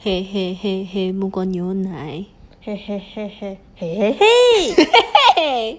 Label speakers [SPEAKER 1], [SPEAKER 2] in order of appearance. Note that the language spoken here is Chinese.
[SPEAKER 1] 嘿嘿嘿嘿，木瓜牛奶。
[SPEAKER 2] 嘿嘿嘿嘿嘿嘿嘿。
[SPEAKER 1] 嘿嘿。